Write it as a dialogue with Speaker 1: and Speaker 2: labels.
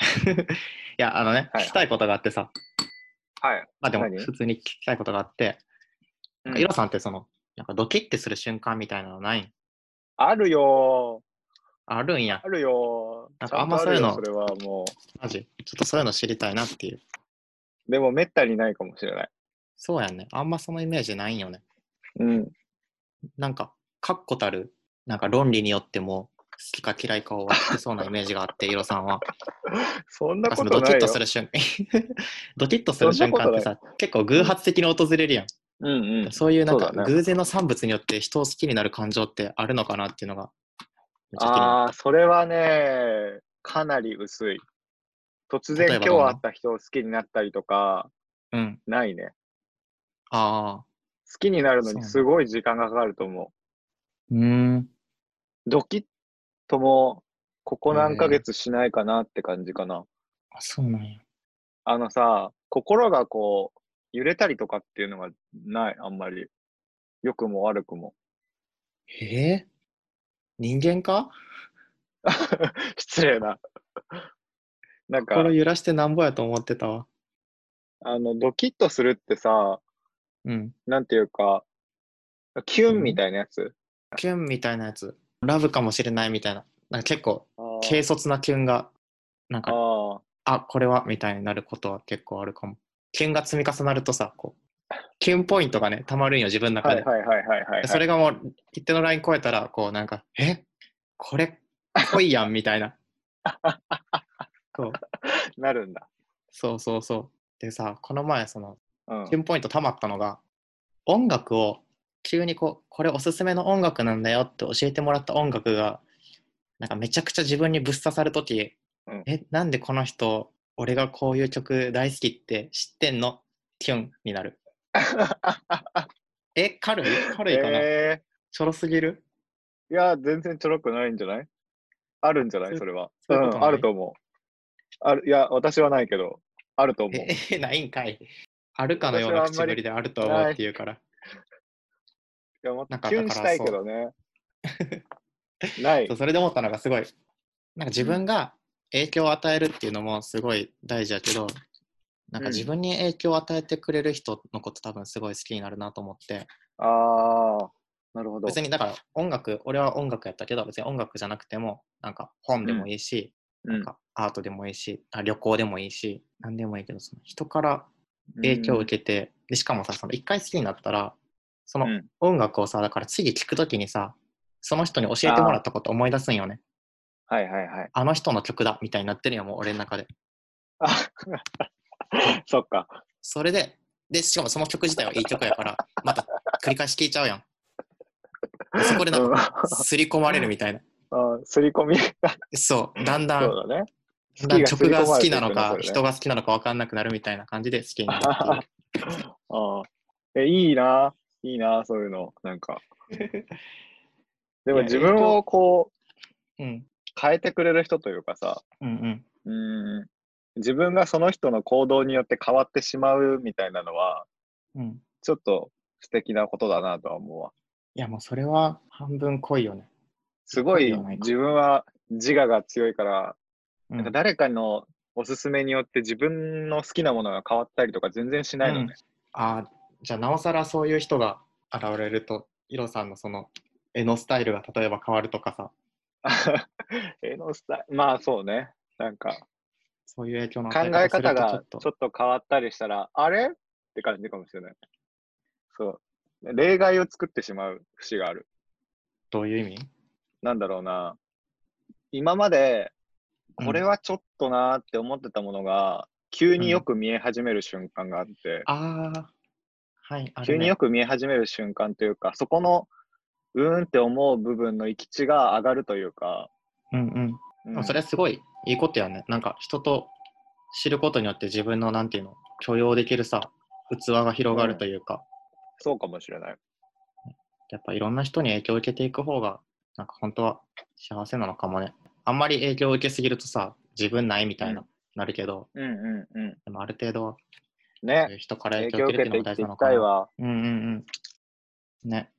Speaker 1: や、あのね、
Speaker 2: はい
Speaker 1: 聞きたいことがあってさ、
Speaker 2: はい。
Speaker 1: まあでも、
Speaker 2: 何
Speaker 1: 普通に聞きたいことがあって、なんか
Speaker 2: うん
Speaker 1: イロさんってその、なんかドキッてする瞬間みたいなのないん
Speaker 2: あるよ
Speaker 1: あるんや
Speaker 2: ー。、あるよー。
Speaker 1: なん
Speaker 2: ちゃ
Speaker 1: かあんま
Speaker 2: とるよ
Speaker 1: そう
Speaker 2: それはも
Speaker 1: マジ。ちょっとそういうの知りたいなっていう。
Speaker 2: う。でも、めったにないかもしれない。
Speaker 1: そうやんね。あんまそのイメージないんよね。
Speaker 2: うん。
Speaker 1: なんか、確固たる、なんか論理によっても、好きか嫌いかを分けそうなイメージがあって、イロさんは。
Speaker 2: そん
Speaker 1: な
Speaker 2: なん
Speaker 1: かそ
Speaker 2: こ
Speaker 1: の
Speaker 2: と
Speaker 1: ドキ
Speaker 2: ない
Speaker 1: ッ
Speaker 2: よ
Speaker 1: とす。る瞬間、 ドキッとする瞬間ってさ、結構偶発的に訪れるやん。
Speaker 2: うんうん。
Speaker 1: そういうなんか
Speaker 2: そうだね
Speaker 1: 偶然の産物によって人を好きになる感情ってあるのかなっていうのが、めっちゃ気にな
Speaker 2: ああ、それはね、かなり薄い。突
Speaker 1: 例
Speaker 2: 然
Speaker 1: えばど
Speaker 2: 今
Speaker 1: んな
Speaker 2: 日会った人を好きになったりとか、
Speaker 1: る。うん。
Speaker 2: ないね。
Speaker 1: ああ。
Speaker 2: 好きになるの
Speaker 1: そう
Speaker 2: に
Speaker 1: なんだ
Speaker 2: すごい時間がかかると思
Speaker 1: うーん。
Speaker 2: う。ドキッとも、ここ
Speaker 1: へ
Speaker 2: 何
Speaker 1: ー
Speaker 2: ヶ月しないかなって感じかな。
Speaker 1: あ、そうなんや。
Speaker 2: あのさ、心がこう、揺れたりとかっていうのがない、あんまり。良くも悪くも。
Speaker 1: へえ人間か
Speaker 2: 失礼な。 なんか
Speaker 1: 心、揺らしてなんぼやと思ってたわ。
Speaker 2: あの、ドキッとするってさ、
Speaker 1: うん。
Speaker 2: なんていうか、キュンみたいなやつ。
Speaker 1: キュンみたいなやつ。ラブかもしれないみたいな。なんか結構、
Speaker 2: あー
Speaker 1: 軽率なキュンが、なんか、
Speaker 2: あ
Speaker 1: あ、これはみたいになることは結構あるかも。キュンが積み重なるとさ、こう、キュンポイントがね、たまるんよ、自分の
Speaker 2: ー、
Speaker 1: 中
Speaker 2: は
Speaker 1: で。
Speaker 2: いはいはいはいはい、はい。
Speaker 1: それがもう一定のライン超えたらこうなんか「えこれ濃いやん」みたい なそう
Speaker 2: なるんだ。
Speaker 1: そうそうそうでさこの前その
Speaker 2: うん。
Speaker 1: キュンポイントたまったのが音楽を急にこうこれおすすめの音楽なんだよって教えてもらった音楽がなんかめちゃくちゃ自分にぶっ刺さる時、
Speaker 2: うん
Speaker 1: えなんでこの人俺がこういう曲大好きって知ってんのキュンになるえ軽い軽いかな、
Speaker 2: え
Speaker 1: ちょろすぎる
Speaker 2: ー、いや、全然ちょろくないんじゃないあるんじゃないそれは。
Speaker 1: そうういうこと
Speaker 2: ん、
Speaker 1: ない
Speaker 2: あると思う。あるいや、私はないけど、あると思う。
Speaker 1: え、 ないんかい。あるかのような口ぶりであると思うっていうから。
Speaker 2: いや、もっ
Speaker 1: なん
Speaker 2: と
Speaker 1: か
Speaker 2: キュンしたいけどね。ない
Speaker 1: そう。それで思ったのがすごい、なんか自分が影響を与えるっていうのもすごい大事やけど、なんか自分に影響を与えてくれる人のこと多分すごい好きになるなと思って、
Speaker 2: ああ、なるほど。
Speaker 1: 別にだから音楽、俺は音楽やったけど、別に音楽じゃなくても、なんか本でもいいし、
Speaker 2: うん
Speaker 1: なんかアートでもいいし、あ旅行でもいいし、何でもいいけど、その人から影響を受けて、でしかもさ、その一回好きになったら、その
Speaker 2: うん
Speaker 1: 音楽をさ、だから次聴くときにさ、その人に教えてもらったこと思い出すんよね。
Speaker 2: はいはい はい。
Speaker 1: あの人の曲だみたいになってるよ、もう俺の中で。
Speaker 2: あそっか。
Speaker 1: それで、で、しかもその曲自体はいい曲やから、また繰り返し聴いちゃうやん。でそこでなん
Speaker 2: うん
Speaker 1: か、
Speaker 2: あ
Speaker 1: すり込まれるみたいな。
Speaker 2: ー刷り込み。
Speaker 1: そう、だんだん、
Speaker 2: そうだね。
Speaker 1: だんだん曲が好きなの
Speaker 2: 刷り込ま
Speaker 1: か、
Speaker 2: れていくねそれね
Speaker 1: 人が好きなのか分かんなくなるみたいな感じで好きになるっていう。
Speaker 2: ああ。え、いいな。いいな、そういうの。な んか。でも
Speaker 1: いや
Speaker 2: 自分をこう、
Speaker 1: うん、
Speaker 2: 変えてくれる人というかさ、
Speaker 1: うん、うん。
Speaker 2: うーん。自分がその人の行動によって変わってしまうみたいなのは、
Speaker 1: うん
Speaker 2: ちょっと素敵なことだなとは思うわ。
Speaker 1: いやもうそれは半分濃いよね。
Speaker 2: すご
Speaker 1: いい
Speaker 2: い
Speaker 1: よね
Speaker 2: 自分は自我が強いから、
Speaker 1: うん
Speaker 2: なんか誰かのおすすめによって自分の好きなものが変わったりとか全然しないのね。
Speaker 1: ああじゃあなおさらそういう人が現れるとイロさんのその絵のスタイルが例えば変わるとかさ
Speaker 2: 絵のスタイルまあそうね。なんか
Speaker 1: そういう影響の
Speaker 2: 考
Speaker 1: 与
Speaker 2: え
Speaker 1: 方すると
Speaker 2: 方がちょっ
Speaker 1: ちょっと
Speaker 2: と変わったりしたら、あれって感じかもしれない。そう。例外を作ってしまう節がある。
Speaker 1: どういう意味
Speaker 2: なんだろうな。今までこれ
Speaker 1: うん
Speaker 2: はちょっとなーって思ってたものが、急によく見え始める瞬間があって、
Speaker 1: ああはいあれ、ね、
Speaker 2: 急によく見え始める瞬間というか、そこのうーんって思う部分の行き地が上がるというか、
Speaker 1: うんうん、
Speaker 2: う
Speaker 1: で
Speaker 2: ん
Speaker 1: もそれはすごいいいことやねなんか人と知ることによって自分のなんていうの許容できるさ器が広がるというか、
Speaker 2: そうかもしれない。
Speaker 1: やっぱいろんな人に影響を受けていく方がなんか本当は幸せなのかもねあんまり影響を受けすぎるとさ自分ないみたいな、
Speaker 2: う
Speaker 1: なるけど、
Speaker 2: うんうんう
Speaker 1: でもある程度は、
Speaker 2: ん。
Speaker 1: そうい
Speaker 2: ね、
Speaker 1: う人から
Speaker 2: 影
Speaker 1: 影
Speaker 2: 響
Speaker 1: 響を
Speaker 2: を
Speaker 1: 受
Speaker 2: 受
Speaker 1: け
Speaker 2: け
Speaker 1: るって
Speaker 2: て
Speaker 1: いうのも大事なの
Speaker 2: 生きてい
Speaker 1: か
Speaker 2: きたい
Speaker 1: な。
Speaker 2: わ。
Speaker 1: うんうんうん。ね。